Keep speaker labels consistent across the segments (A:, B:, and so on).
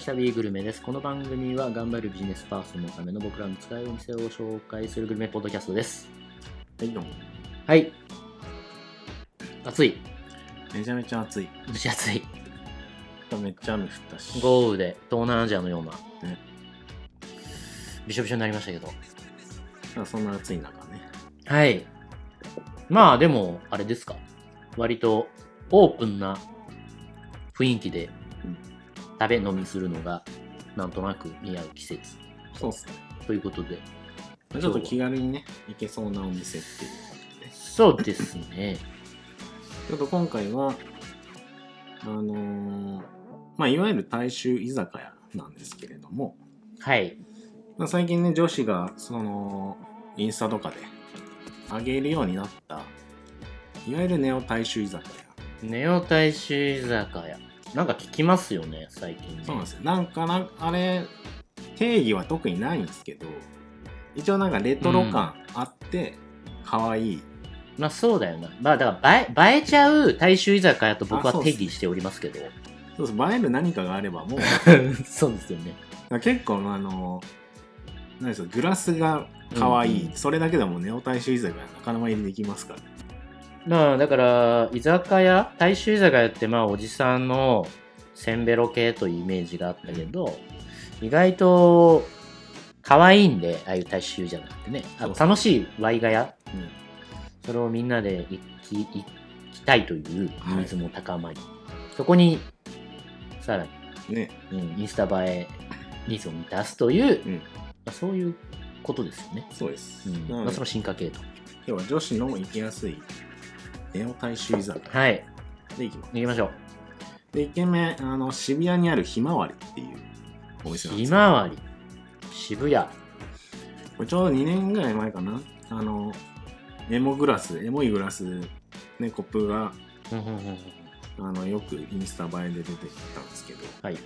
A: した B グルメです。この番組は頑張るビジネスパーソンのための僕らの使えるお店を紹介するグルメポッドキャストです。
B: はい、どうも。
A: はい。暑い。
B: めちゃめちゃ暑い。
A: 蒸し暑い。
B: めっちゃ雨降ったし。
A: 豪雨で東南アジアのような
B: ね。
A: びしょびしょになりましたけど。
B: まあそんな暑い中ね。
A: はい。まあでも、あれですか。割とオープンな雰囲気で
B: うん
A: 食べ飲みするのがなんとなく似合う季節
B: そうっすね。
A: ということで。
B: ちょっと気軽にね、行けそうなお店っていう感じで。
A: そうですね。
B: ちょっと今回は、あのーまあ、いわゆる大衆居酒屋なんですけれども、
A: はい。
B: まあ、最近ね、女子が、その、インスタとかで上げるようになった、いわゆるネオ大衆居酒屋。
A: ネオ大衆居酒屋。なんか聞きますよね、最近ね。
B: そうなんですよ。なんかな、あれ、定義は特にないんですけど、一応なんかレトロ感あって、可愛い。
A: まあそうだよな。まあだから映え、映えちゃう大衆居酒屋と僕
B: あ
A: は
B: そうっ
A: 定
B: す
A: 義しておりますけど。
B: そうそう、映える何かがあればもう、
A: そうですよね。
B: 結構あの、何ですか、グラスが可愛い、
A: うん
B: それだけでもネオ大衆居酒屋仲間入りできますから。
A: まあだから居酒屋大衆居酒屋ってまあおじさんのせんべろ系というイメージがあったけど、意外と可愛いんでああいう大衆じゃなくてねあ
B: そうそう
A: 楽しいワイガヤ、
B: うん
A: それをみんなで行き行きたいという
B: はい
A: ニーズも高まり、そこにさらに、
B: ね。
A: うん、インスタ映えニーズを満たすという、
B: うん
A: まあ、そういうことですよね、
B: そうです。
A: うん
B: な
A: ま
B: の
A: あ、そ
B: で
A: の、進化系と
B: 今日は女子の行きやすいネオ大衆居酒屋
A: はい
B: で行きます。
A: 行きましょう
B: で、1軒目、あの、渋谷にあるひまわりっていうお店なんですけど
A: ひまわり渋谷
B: これちょうど2年ぐらい前かなあのエモグラスエモいグラスねコップが
A: うんうんうんうん
B: あのよくインスタ映えで出てきたんですけど
A: はい。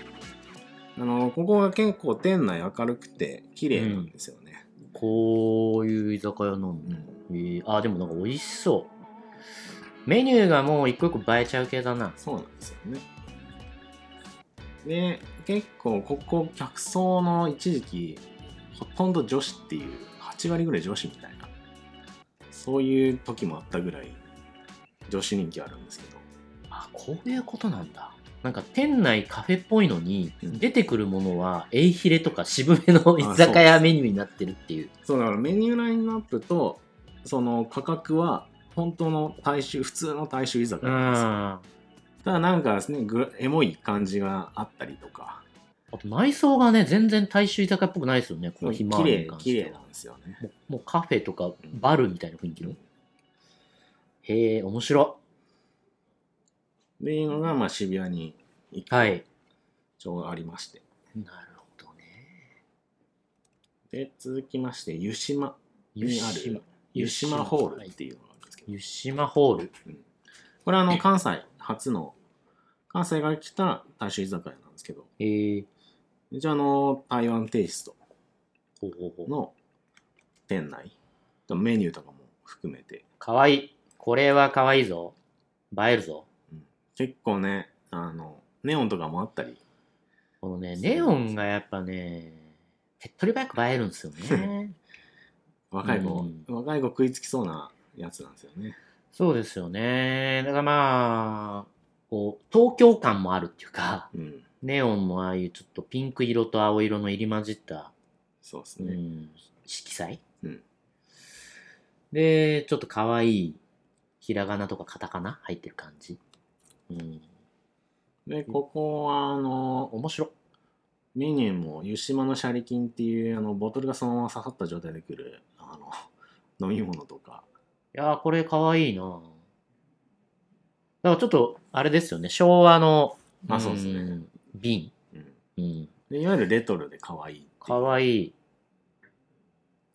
B: あのここが結構店内明るくて綺麗なんですよね、
A: こういう居酒屋なの
B: うん
A: ね。えーあ、でもなんか美味しそう。メニューがもう一個一個映えちゃう系だな。
B: そうなんですよねで結構ここ客層の一時期ほとんど女子っていう8割ぐらい女子みたいなそういう時もあったぐらい女子人気あるんですけど
A: あ、こういうことなんだ。なんか店内カフェっぽいのに、
B: うん
A: 出てくるものは、エイヒレとか渋めの
B: そう
A: 居酒屋メニューになってるっていう。
B: そうだからメニューラインナップとその価格は本当の大衆普通の大衆居酒
A: う
B: 屋
A: ん。
B: なんですよ
A: あ
B: ただなんかですねグラエモい感じがあったりとか
A: と内装がね、全然大衆居酒屋っぽくないですよね、このひ
B: 綺
A: まわりに
B: 麗
A: 関
B: 綺
A: して
B: 麗
A: は
B: な。んですよね
A: もうもうカフェとかバルみたいな雰囲気の。へえ、面白。
B: っていうのがまあ渋谷に一
A: は
B: 回
A: い。
B: ちょうどありまして、
A: なるほどね。
B: で続きまして湯島にある湯
A: 湯島
B: 島ホールっていうのがあるんですけど
A: 湯島ホール。
B: これはあの関西初の関西が来た大衆居酒屋なんですけど
A: えー、
B: 一応あの台湾テイスト
A: ほうほうほう。
B: の店内メニューとかも含めて
A: かわいい。これはかわいいぞ。映えるぞ。
B: 結構ねあのネオンとかもあったり
A: このね、
B: そうです
A: ネオンがやっぱね、手っ取り早く映えるんですよ ね。
B: 若い子、
A: うん
B: 若い子食いつきそうなやつなんですよね
A: そうですよね。だからまあ、こう、東京感もあるっていうか、
B: うん
A: ネオンのああいうちょっとピンク色と青色の入り混じった、
B: そうです
A: う
B: ね、
A: ん、色彩、
B: うん
A: で、ちょっとかわいい、ひらがなとかカタカナ入ってる感じ。うん。
B: でここはあの
A: 面白。
B: メニューも湯島のシャリキンっていうあのボトルがそのまま刺さった状態で来るあの飲み物とか
A: いやー、これかわいいなぁだからちょっと、あれですよね、昭和の、
B: まあそうですね
A: ん瓶。
B: うん
A: うん。
B: でいわゆるレトロで可愛いっていう
A: かわいい。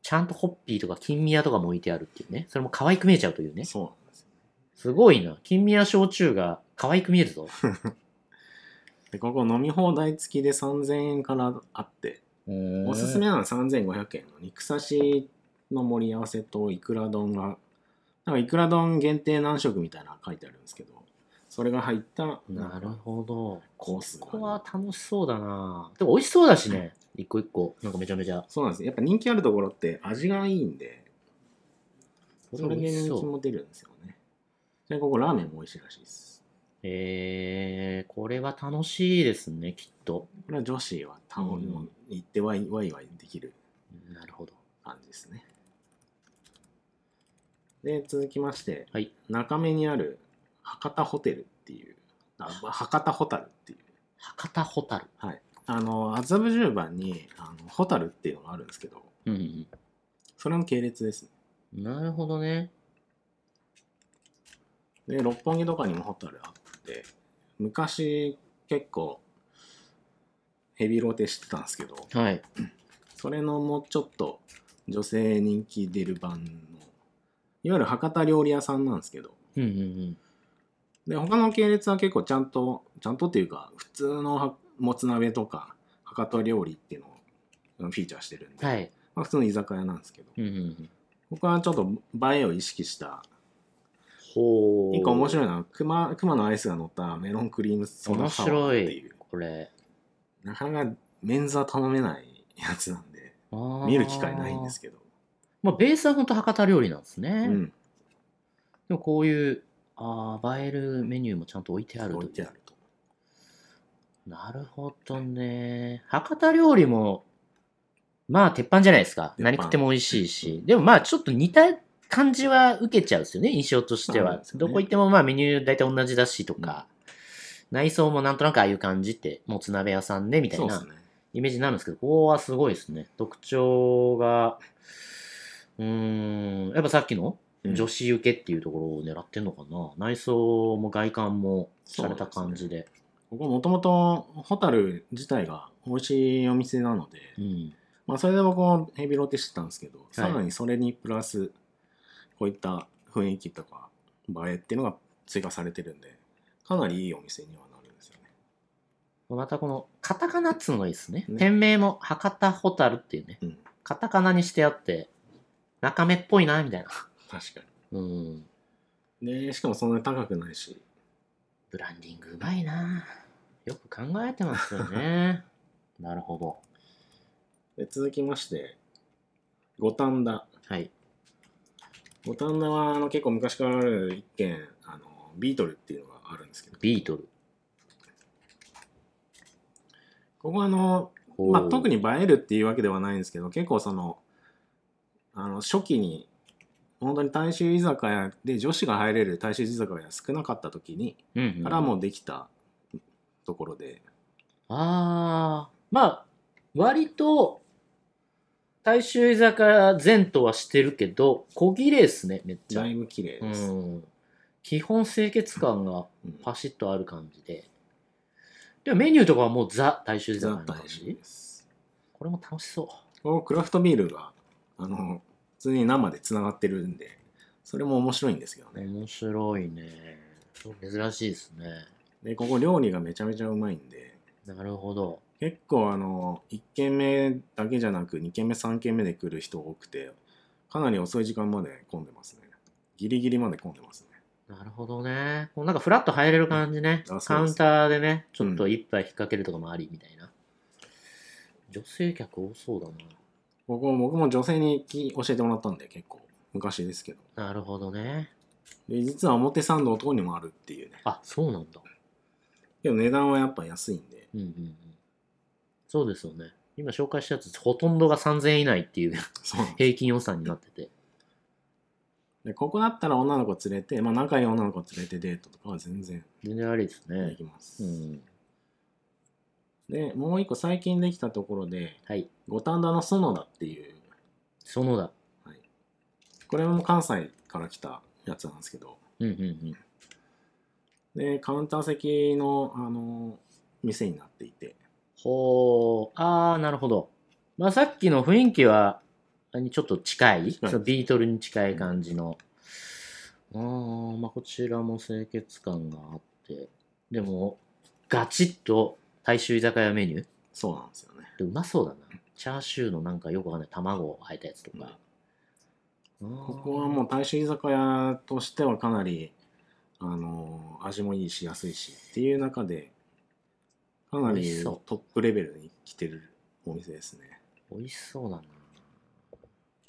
A: ちゃんとホッピーとか金宮とかも置いてあるっていうね。それも可愛く見えちゃうというね。
B: そうなんですよ
A: すごいな。金宮焼酎が可愛く見える ぞ。
B: でここ飲み放題付きで3000円からあってお
A: お
B: すすめなの3500円の肉刺しの盛り合わせといくら丼が、なんかいくら丼限定何食みたいなの書いてあるんですけど、それが入った
A: なるほど。
B: コースが
A: ここは楽しそうだな。でも美味しそうだしね。一個一個。なんかめちゃめちゃ。
B: そうなんですやっぱ人気あるところって味がいいんでそれ
A: 美
B: で
A: 味し
B: 人気
A: そう。
B: も出るんですよねちなみにここラーメンも美味しいらしいです
A: えー、これは楽しいですね、きっと。
B: これは女子はタオル
A: う
B: も
A: ん
B: 行ってワイワイワイできる
A: なるほど。
B: 感じですねで続きまして、
A: はい
B: 中目にある博多ホテルっていうあ博多ホタルっていう
A: 博多ホタル。
B: あの麻布十番にあのホタルっていうのがあるんですけど
A: うん、
B: それの系列ですね
A: うん。なるほどね。
B: で六本木とかにもホタルあって昔結構ヘビロテしてたんですけど
A: はい。
B: それのもうちょっと女性人気出る版のいわゆる博多料理屋さんなんですけど
A: うんうんうん。
B: で他の系列は結構ちゃんとちゃんとっていうか普通のはもつ鍋とか博多料理っていうのをフィーチャーしてるんで、
A: はい。
B: まあ、普通の居酒屋なんですけど
A: うんうんうん。
B: 僕はちょっと映えを意識した
A: ほ
B: 一個面
A: い。
B: 白いのは熊熊のアイスが乗ったメロンクリームソーダサワーっていう
A: これ。
B: なかなかメンズは頼めないやつなんで見
A: 見
B: る機会ないんです
A: け
B: けど、
A: ど。まあ、ベースは本当博多料理なんですね。
B: うん、
A: でもこういう、ああ、映えるメニューもちゃんと置いてあると
B: 置いてあると
A: なるほどね。博多料理も、まあ、鉄板じゃないですか。
B: 板
A: 何食っても美味しいし。でもまあ、ちょっと似た感じは受けちゃうんですよね、印象として
B: そうなん
A: は。
B: ですよね
A: どこ行ってもまあ、メニュー大体同じだしとか、内装もなんとなくああいう感じって、もつ鍋屋さんでみたい
B: そうで
A: な
B: すね
A: イメージになるんですけど、ここはすごいですね。特徴が、うーん、やっぱさっきの
B: うん
A: 女子受けっていうところを狙ってんのかな、内装も外観もされた感じで
B: ここもともとホタル自体が美味しいお店なので、
A: うん
B: まあ、それで僕もヘビロテしてたんですけど、さらにそれにプラスこういった雰囲気とか映えっていうのが追加されてるんでかなりいいお店にはなるんですよね
A: またこのカタカナっつうのがいいですね
B: ね
A: 店名も博多ホタルっていうね、
B: うん
A: カタカナにしてあって中目っぽいなみたいな
B: 確か
A: うん
B: にでしかもそんなに高くないし
A: ブランディングうまいなよく考えてますよ ねなるほど
B: で続きまして五反田
A: はい
B: 五反田はあの結構昔からある一軒あのビートルっていうのがあるんですけど
A: ビートル
B: ここはあのまあ、
A: おー
B: 特に映えるっていうわけではないんですけど結構そのあの初期に本当に大衆居酒屋で女子が入れる大衆居酒屋が少なかった時に
A: うんうん
B: からもうできたところで、
A: ああ、まあ、割と、大衆居酒屋前とはしてるけど、小綺麗ですね、めっちゃ
B: だ。いぶ綺麗
A: う
B: です、
A: ん。基本清潔感が
B: うん
A: パシッとある感じで。でもメニューとかはもうザ大衆居酒屋
B: ザ
A: の感
B: 大衆
A: じ。
B: です
A: これも楽しそう。
B: ここクラフトビールがあの普通に生でつながってるんでそれも面白いんですけどね
A: 面白いね。珍しいですね。
B: でここ料理がめちゃめちゃうまいんで
A: なるほど。
B: 結構あの1軒目だけじゃなく2軒目3軒目で来る人多くてかなり遅い時間まで混んでますねギリギリまで混んでますね
A: なるほどね。こうなんかフラッと入れる感じね
B: うんあ。そう
A: カ
B: で
A: ウ
B: す
A: ンターでね、ちょっと一杯引っ掛けるとかもありみたいな。女性客多そうだ
B: 僕も僕も女性にき教えてもらったんで結構昔ですけど
A: な。なるほどね。
B: で実は表参道のとこにもあるっていうね
A: あ、そうなんだ。
B: けど値段はやっぱ安いんで
A: うんうんうん。そうですよね。今紹介したやつ、ほとんどが3000円以内っていう
B: そうなんです
A: 平均予算になってて。
B: でここだったら女の子連れて、まあ、仲いい女の子連れてデートとかは全然
A: 全然ありです
B: で
A: ね。
B: きます、
A: うん。
B: でもう一個最近できたところで
A: はい。
B: 五反田の園田っていう
A: そのだ。
B: これも関西から来たやつなんですけど
A: うんうんうん。
B: でカウンター席の、あの店になっていて
A: ほー、あー、なるほど。まあさっきの雰囲気は、にちょっと近い、
B: 近い
A: そのビートルに近い感じの。あー、まあこちらも清潔感があって、でも、ガチッと大衆居酒屋メニュー
B: そうなんですよね
A: でうまそうだな。チャーシューのなんかよくわかんない卵をあえたやつとか。
B: ここはもう大衆居酒屋としてはかなり、あの味もいいし安いしっていう中でかな
A: 美味
B: り
A: しそう
B: トップレベルに来てるお店ですね
A: 美味しそうだな。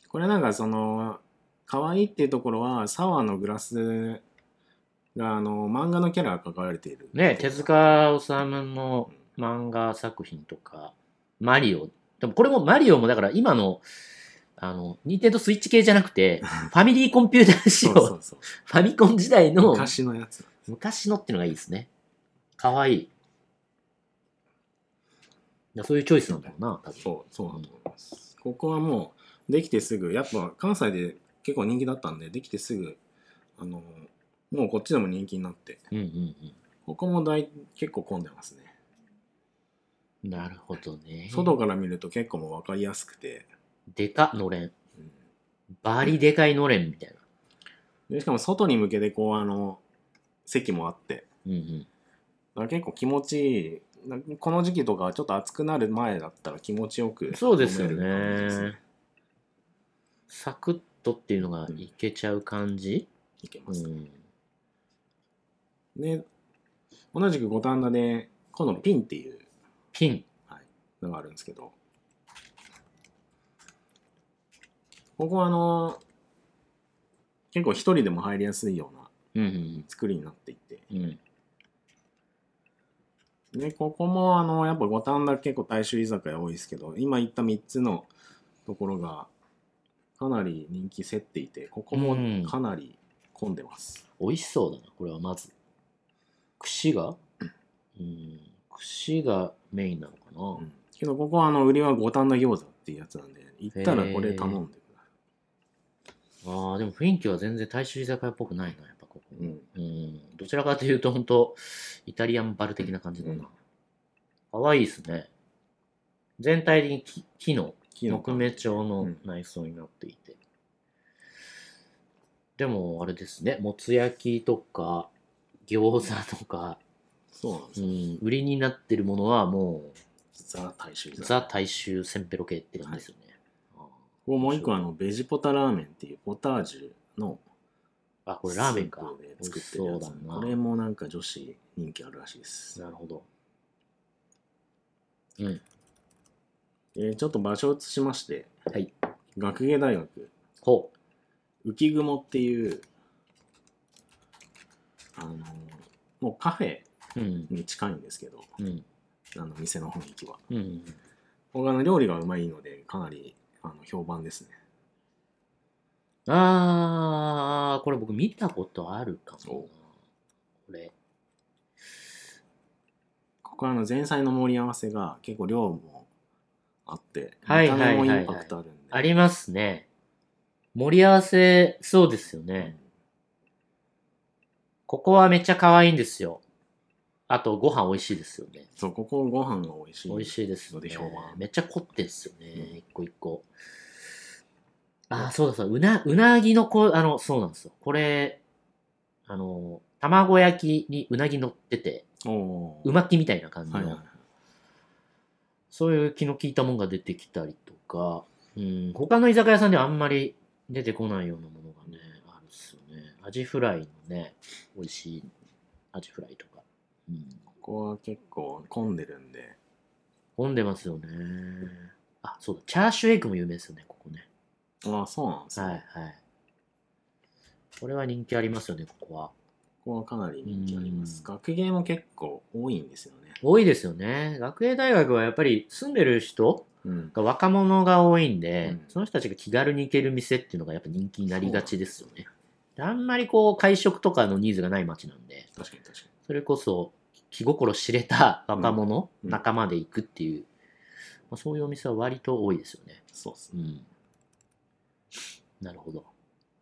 B: これなんかその可愛いっていうところはサワーのグラスがあの漫画のキャラが描かれている
A: ね手塚治虫
B: う
A: の
B: ん
A: 漫画作品とか、マリオ。でもこれもマリオもだから今の、あの、ニンテンドスイッチ系じゃなく て、ファミリーコンピューター仕
B: そう
A: 様、
B: そうそう
A: ファミコン時代の
B: 昔のやつ
A: 昔のってのがいいですね。かわいい。いやそういうチョイスなんだろうな、多分。
B: そうそうだと思いますここはもうできてすぐやっぱ関西で結構人気だったんでできてすぐあのもうこっちでも人気になって
A: うんうん
B: ここも大結構混んでますね
A: うん。なるほどね。
B: 外から見ると結構もう分かりやすくて、
A: でかっのれん。
B: うん
A: バリでかいのれんみたいな。
B: でしかも外に向けてこうあの席もあって
A: うんうん。
B: だから結構気持ちいいなこの時期とかちょっと暑くなる前だったら気持ちよく
A: そうですよね
B: 飲める感じです
A: サクッとっていうのがいけちゃう感じ、
B: いけ
A: う
B: ます、
A: ん、
B: で同じく五反田でこのピンっていう
A: ピン。
B: のがあるんですけどここはあの結構一人でも入りやすいような
A: うん
B: 作りになっていて
A: うんうん。うん。
B: でここもあのやっぱ五反田結構大衆居酒屋多いですけど今言った3つのところがかなり人気競っていてここ
A: うん
B: もかなり混んでます、
A: 美味しそうだな、これはまず。串がうん。串がメインなのかな。
B: うんけどここはあの売りは五反田餃子っていうやつなんで行ったらこれ頼んでくだ
A: ああ、でも雰囲気は全然大衆居酒屋っぽくないな、やっぱここ。
B: さい、うん
A: うん、どちらかというと、本当イタリアンバル的な感じだ
B: うん
A: な。可、愛、いいですね。全体的に木木の、
B: 木の
A: 木目調
B: う
A: の
B: ん
A: 内装になっていて。でも、あれですね、もつ焼きとか、餃子とか、
B: そうなんで
A: う
B: すよ
A: ん、売りになってるものはも
B: ザ大衆居
A: う、
B: 酒屋
A: ザ大衆せんべろ系って感じですよね。
B: ここもう一個あのベジポタラーメンっていうポタージュの
A: あ、これラーメンか
B: スープで。
A: 美
B: 作
A: 味
B: っ
A: して
B: る
A: そ
B: や
A: う
B: つ
A: だな。
B: これもなんか女子人気あるらしいです
A: なるほど。うん。
B: えーちょっと場所を移しまして
A: はい。
B: 学芸大学
A: ほう。
B: 浮雲っていうあのもうカフェ
A: うん。
B: に近いんですけど
A: うん。
B: あの店の雰囲気は
A: うん。
B: 他の料理がうまいのでかなりあの評判ですね
A: あー、これ僕見たことあるかもな。
B: お
A: これ。
B: ここはあの前菜の盛り合わせが結構量もあって
A: はい
B: 見
A: は
B: た
A: いはい
B: 目
A: はい
B: もインパクトあるんで、
A: ありますね。盛り合わせ、そうですよね。ここはめっちゃ可愛いんですよ。あと、ご飯美味しいですよね。
B: そうここご飯が美味しい
A: 美味しいですよ
B: ので
A: ね
B: 評判。
A: めっちゃ凝ってんすよね。
B: うん
A: 一個一個。ああ、そうだそうだ。うな、うなぎのこ、あの、そうなんですよ。これ、あの、卵焼きにうなぎ乗ってて、
B: おー
A: うまきみたいな感じの、
B: はいはいはい
A: そういう気の利いたもんが出てきたりとか、うん、他の居酒屋さんではあんまり出てこないようなものがね、あるっすよね。アジフライのね、美味しいアジフライとか。うん
B: ここは結構混んでるんで
A: 混んでますよね。あ、そうだ。チャーシューエッグも有名ですよね、ここね。
B: ああそうなんですね、
A: はいはい。これは人気ありますよね、ここは。
B: ここはかなり人気あります
A: うん
B: 学芸も結構多いんですよね
A: 多いですよね。学芸大学はやっぱり住んでる人
B: うん
A: が若者が多いんで、
B: うん
A: その人たちが気軽に行ける店っていうのがやっぱ人気になりがちですよね。であんまりこう会食とかのニーズがない街なんで、
B: 確かに確か
A: それこそ気心知れた若者、
B: うんうん
A: 仲間で行くっていう、まあ、そういうお店は割と多いですよね。
B: にそうです
A: う
B: ね、
A: ん。なるほど。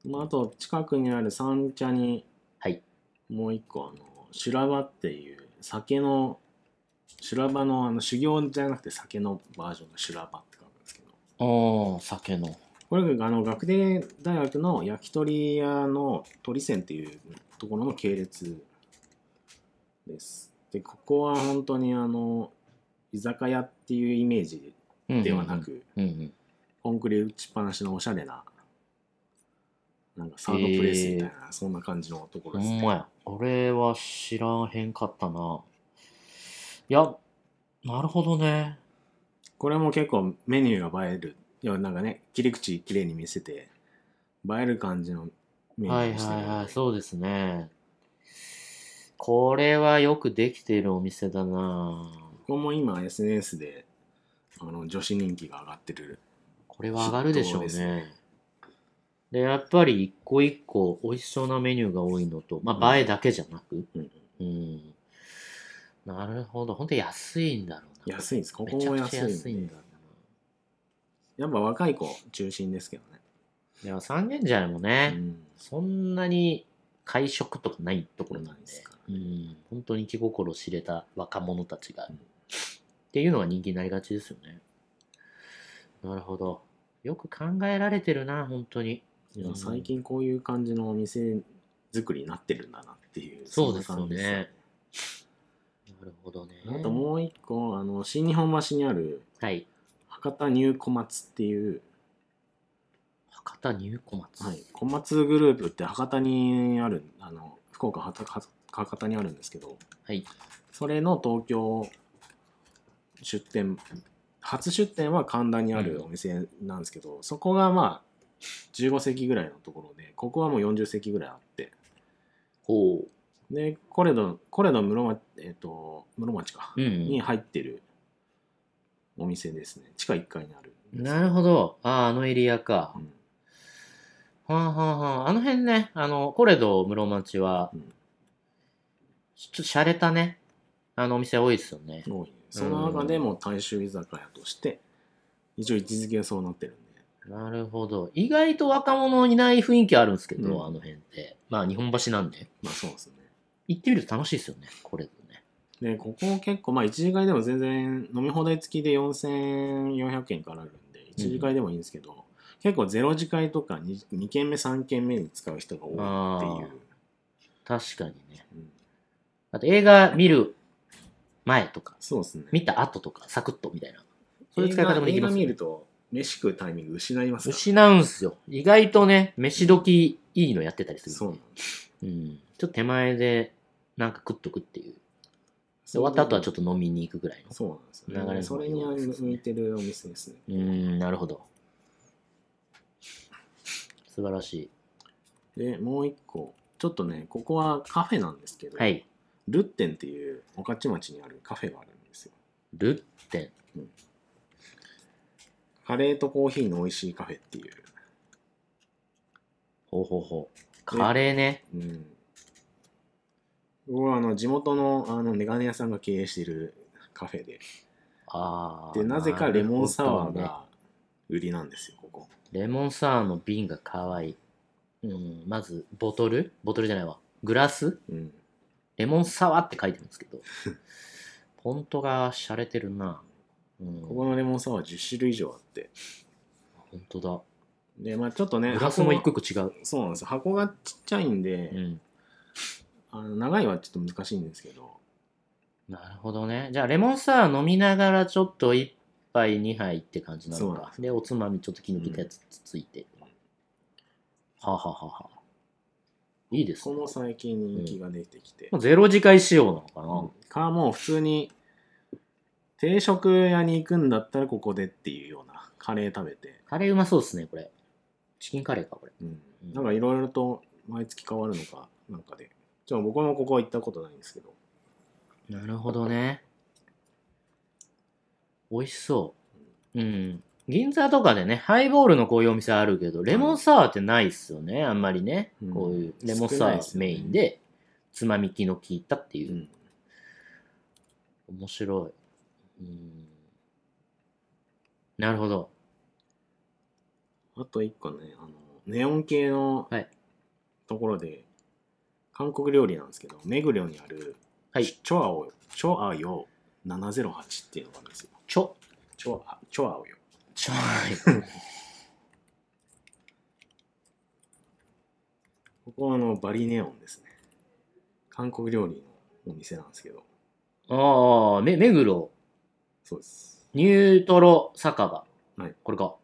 B: まあ、あと近くにある三茶に
A: はい
B: もう一個あの修羅場っていう酒の修羅場のあの修行じゃなくて酒のバージョンの修羅場って書くんですけど
A: ああ、酒の。
B: これがあの学芸大学の焼き鳥屋の鳥船っていうところの系列です。でここは本当にあの居酒屋っていうイメージではなく、
A: うんうん。
B: コンクリ打ちっぱなしのおしゃれなあなんかサードプレイスみたいな、そんな感じのとこ
A: ほ
B: ろです
A: ん
B: ね。
A: まや。俺は知らんへんかったな。いや、なるほどね。
B: これも結構メニューが映える。いや、なんかね、切り口綺麗に見せて、映える感じのメニュ
A: は
B: ー
A: い
B: にして
A: はい
B: る。
A: はい、そうですね。これはよくできているお店だな
B: ここも今 SNS で、あの、女子人気が上がってる。
A: これは上がるでしょう
B: 筆頭です
A: ね
B: ね。
A: で、やっぱり一個一個美味しそうなメニューが多いのと、まあ映えだけじゃなく、
B: うん
A: うん。なるほど。本当に安いんだろうな。
B: 安いんです。ここ
A: めちゃ
B: も
A: く
B: 安
A: ち
B: い
A: ゃ安いん
B: ん
A: だ
B: で
A: ろうな。
B: やっぱ若い子中心ですけどね。
A: いや、三軒茶屋もね、
B: うん
A: そんなに会食とかないところな
B: ない
A: ん
B: で
A: です
B: か
A: うん、本当に気心知れた若者たちが、
B: うん
A: っていうのが人気になりがちですよね。なるほど。よく考えられてるな、本当に。
B: いや
A: うん
B: 最近こういう感じのお店作りになってるんだなっていう。
A: そうですよね
B: んな感じで
A: なるほどね。
B: あともう一個、あの、新日本橋にある
A: はい。
B: 博多ニュー小松っていう、
A: 博多入小松。
B: はい、小松グループって博多にある、あの、福岡博多博多にあるんですけど、
A: はい。
B: それの東京出店、初出店は神田にあ
A: うん
B: るお店なんですけど、そこがまあ、15席ぐらいのところで、ここはもう40席ぐらいあって、
A: ほ
B: で、コレド、コレド室町、えっ、と、室町か、
A: う。うん
B: に。入ってるお店ですね。地下1階にある。
A: なるほど。ああ、あのエリアか
B: う。ん
A: はあ、はあはあ、あの辺ね、あの、コレド室町は、
B: うん
A: ちょっと洒落たね、あのお店多いですよね。
B: 多いねその中でも大衆居酒屋として、一応位置づけがそうなってるんで。
A: なるほど。意外と若者いない雰囲気あるんですけど、
B: うん
A: あの辺って。まあ、日本橋なんで。
B: まあそうですね。
A: 行ってみると楽しいですよね、これでね。
B: で、ここ結構、まあ1次会でも全然飲み放題付きで4400円からあるんで、1次会でもいいんですけど、結構0次会とか 2, 2軒目3軒目に使う人が多いっていう。
A: 確かにね。
B: うん
A: あと、映画見る前とか、
B: そうですね。
A: 見た後とか、サクッとみたいな。そういう使い方もでき
B: 映画
A: ます
B: 映画
A: よ
B: 見
A: ね
B: る。と、飯食うタイミング失いますから。
A: 失うんすよ。意外とね、飯時いいのやってたりする。
B: そうなんです。
A: うん。ちょっと手前で、なんか食っとくっていう。で終わった後はちょっと飲みに行くぐらいの。
B: そうなんですよ、
A: 流れ
B: ね。
A: る
B: それに向いてるお店ですね。
A: うーん、なるほど。素晴らし
B: で、もう一個。ちょっとね、ここはカフェなんですけ
A: い。
B: ど、
A: はい。
B: ルッテンっていう御徒町にあるカフェがあるんですよ。
A: ルッテン。
B: カレーとコーヒーの美味しいカフェっていう。
A: ほうほうほう。カレーね。
B: うん。僕はあの地元のあのメガネ屋さんが経営しているカフェで。
A: ああ。
B: で、なぜかレモンサワー
A: なるほ
B: が売りなんですよ、ここ。
A: どねレモンサワーの瓶がかわいい。うん、まず、ボトルボトルじゃないわ。グラス
B: うん。
A: レモンサワーって書いてるんですけ ど。フォントが洒落てるな。うん、
B: ここのレモンサワー10種類以上あって。
A: 本当だ。
B: で、まあちょっとね、
A: グラスも一
B: 箱
A: 個
B: が
A: 一個違う。
B: そうなんですよ。箱がちっちゃいんで、
A: うん。
B: あの長いはちょっと難しいんですけど、
A: なるほどね。じゃあ、レモンサワー飲みながら、ちょっと一杯、二杯って感じな
B: そ
A: の
B: うなん
A: か
B: で。
A: で、おつまみちょっと気抜けたやつつついて。はあ、はあはあはあ、いいです
B: こ
A: ね。
B: の最近人気が出てきて、
A: もうゼロ次回仕様なのか
B: うん
A: な。
B: かもう普通に定食屋に行くんだったらここでっていうようなカレー食べて、
A: カレーうまそうですね、これ。チキンカレーか、これ。
B: うん
A: うん
B: なんかいろいろと毎月変わるのかなんかでちょっと僕もここは行ったことないんですけど
A: なるほどね。美味しそう。うん。銀座とかでね、ハイボールのこういうお店あるけど、レモンサワーってないっすよね、あんまりね。
B: うん
A: こういうレモンサワ
B: 少ないっす
A: ー
B: よね
A: メインで、つまみきの効いたっていう。面白い。うん。なるほど。
B: あと一個ねあのネオン系の
A: はい
B: ところで、韓国料理なんですけど目黒にある
A: はい
B: チョアオチョアヨ708っていうのがあるんですよ
A: ちょ。
B: チョアチョアオヨ
A: ちょ。
B: ここはあのバリネオンですね。韓国料理のお店なんですけど、
A: ああ、め、目黒、
B: そうです。
A: ニュートロ酒場。
B: はい。
A: これか。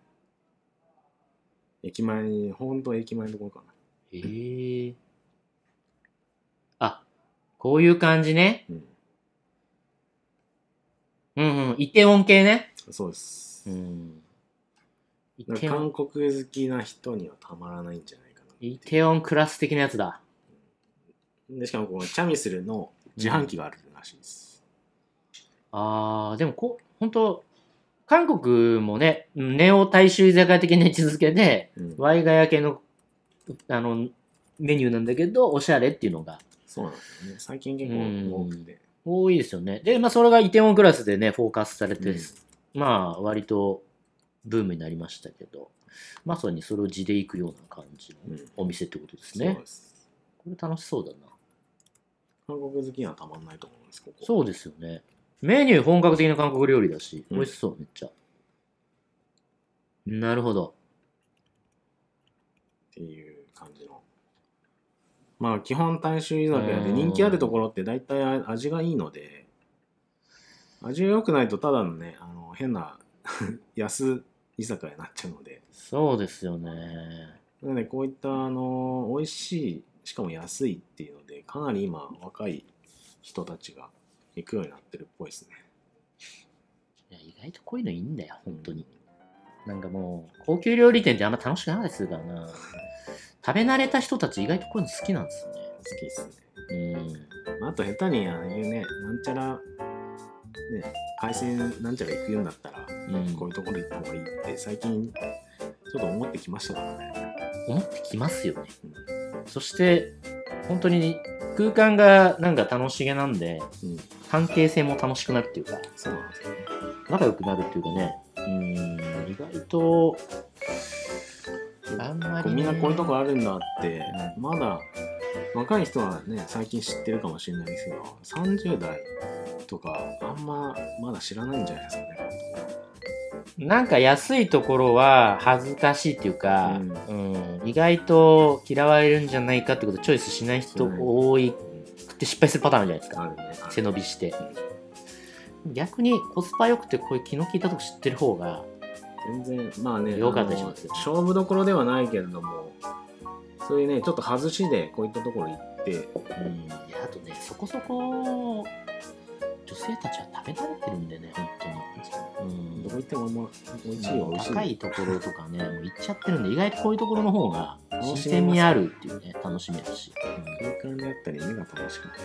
B: 駅前に、ほんと駅前のところかな。
A: へえ。あ、こういう感じね。
B: うん、
A: うんうん。イテウォン系ね。
B: そうです、
A: ん。イ
B: なんか
A: テウォン
B: 韓、国好きな人にはたまらないんじゃないかなっていう
A: イテウォンクラス的なやつだ。
B: でしかもこのチャミスルの自販機があるらしいです、
A: あー、でもこ、本当韓国もね、ネオ大衆居酒屋的な位置づけで、
B: うん
A: ワイガヤ系の、あの、メニューなんだけど、おしゃれっていうのが
B: そうなんですよね最近結構多くて、
A: 多いですよね。で、まあ、それがイテウォンクラスでね、フォーカスされて、
B: うん
A: まあ、割とブームになりましたけど、まさにそれを地で行くような感じ
B: う
A: の
B: ん
A: お店ってことです
B: そう
A: ね
B: で。す
A: これ楽しそうだな。
B: 韓国好きにはたまんないと思うんですここ
A: そうですよね。メニュー本格的な韓国料理だし、
B: うん
A: 美味しそう、めっちゃ。なるほど。
B: っていう感じのまあ基本大衆居酒屋で人気あるところって大体味がいいので味が良くないとただのねあの変な 安居酒屋になっちゃうので
A: そうですよね。
B: なのでこういったあの美味しいしかも安いっていうのでかなり今若い人たちが行くようになってるっぽいですね
A: いや意外とこういうのいいんだよ、本当に。なんかもう、高級料理店ってあんま楽しくなかったりするからな。食べ慣れた人たち意外とこういうの好きなんですよね。
B: 好きですね
A: うん。
B: まああと下手にああいうね、なんちゃら、ね、海鮮なんちゃら行くようになったら、ね
A: うん
B: こういうところ行った方がいいって最近ちょっと思ってきましたからね。
A: 思ってきますよね。そして、本当に空間がなんか楽しげなんで、
B: うん、
A: 関係性も楽しくなるっていうか、
B: そうなんですよね。
A: 仲良くなるっていうかね、うん、意外と、あんま
B: こ
A: り
B: う
A: ね、
B: みんなこういうとこあるんだって、まだ若い人はね、最近知ってるかもしれないですけど、30代とかあんままだ知らないんじゃないですかね。
A: なんか安いところは恥ずかしいっていうか、うん意外と嫌われるんじゃないかってことチョイスしない人多いくて失敗するパターンあるじゃないですか。
B: あるね。ある
A: 背伸びして。逆にコスパ良くてこういう気の利いたとこ知ってる方が、
B: 全然まあね
A: 良かったり
B: あ
A: し
B: の
A: ますよ
B: 勝負どころではないけれどもそういうねちょっと外しでこういったところ行って
A: うん、いやあとねそこそこ女性たちは食べ慣れてるんでね本当に、うん、
B: どこ行ってもあんま美味しいよ美味しい
A: 高いところとかねもう行っちゃってるんで意外とこういうところの方が新
B: 楽しめます
A: 鮮味あるっていうね楽しめるし、うん
B: 空間であったり目が楽しくて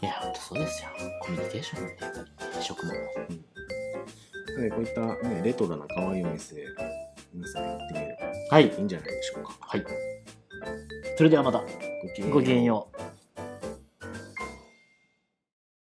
A: いやほんとそうですよコミュニケーションってやっぱり食も
B: なのでこういった、ね、レトロな可愛いお店皆さん行ってみれば
A: はい
B: いいんじゃないでしょうか
A: はいそれではまた
B: ごき
A: ごきげんよう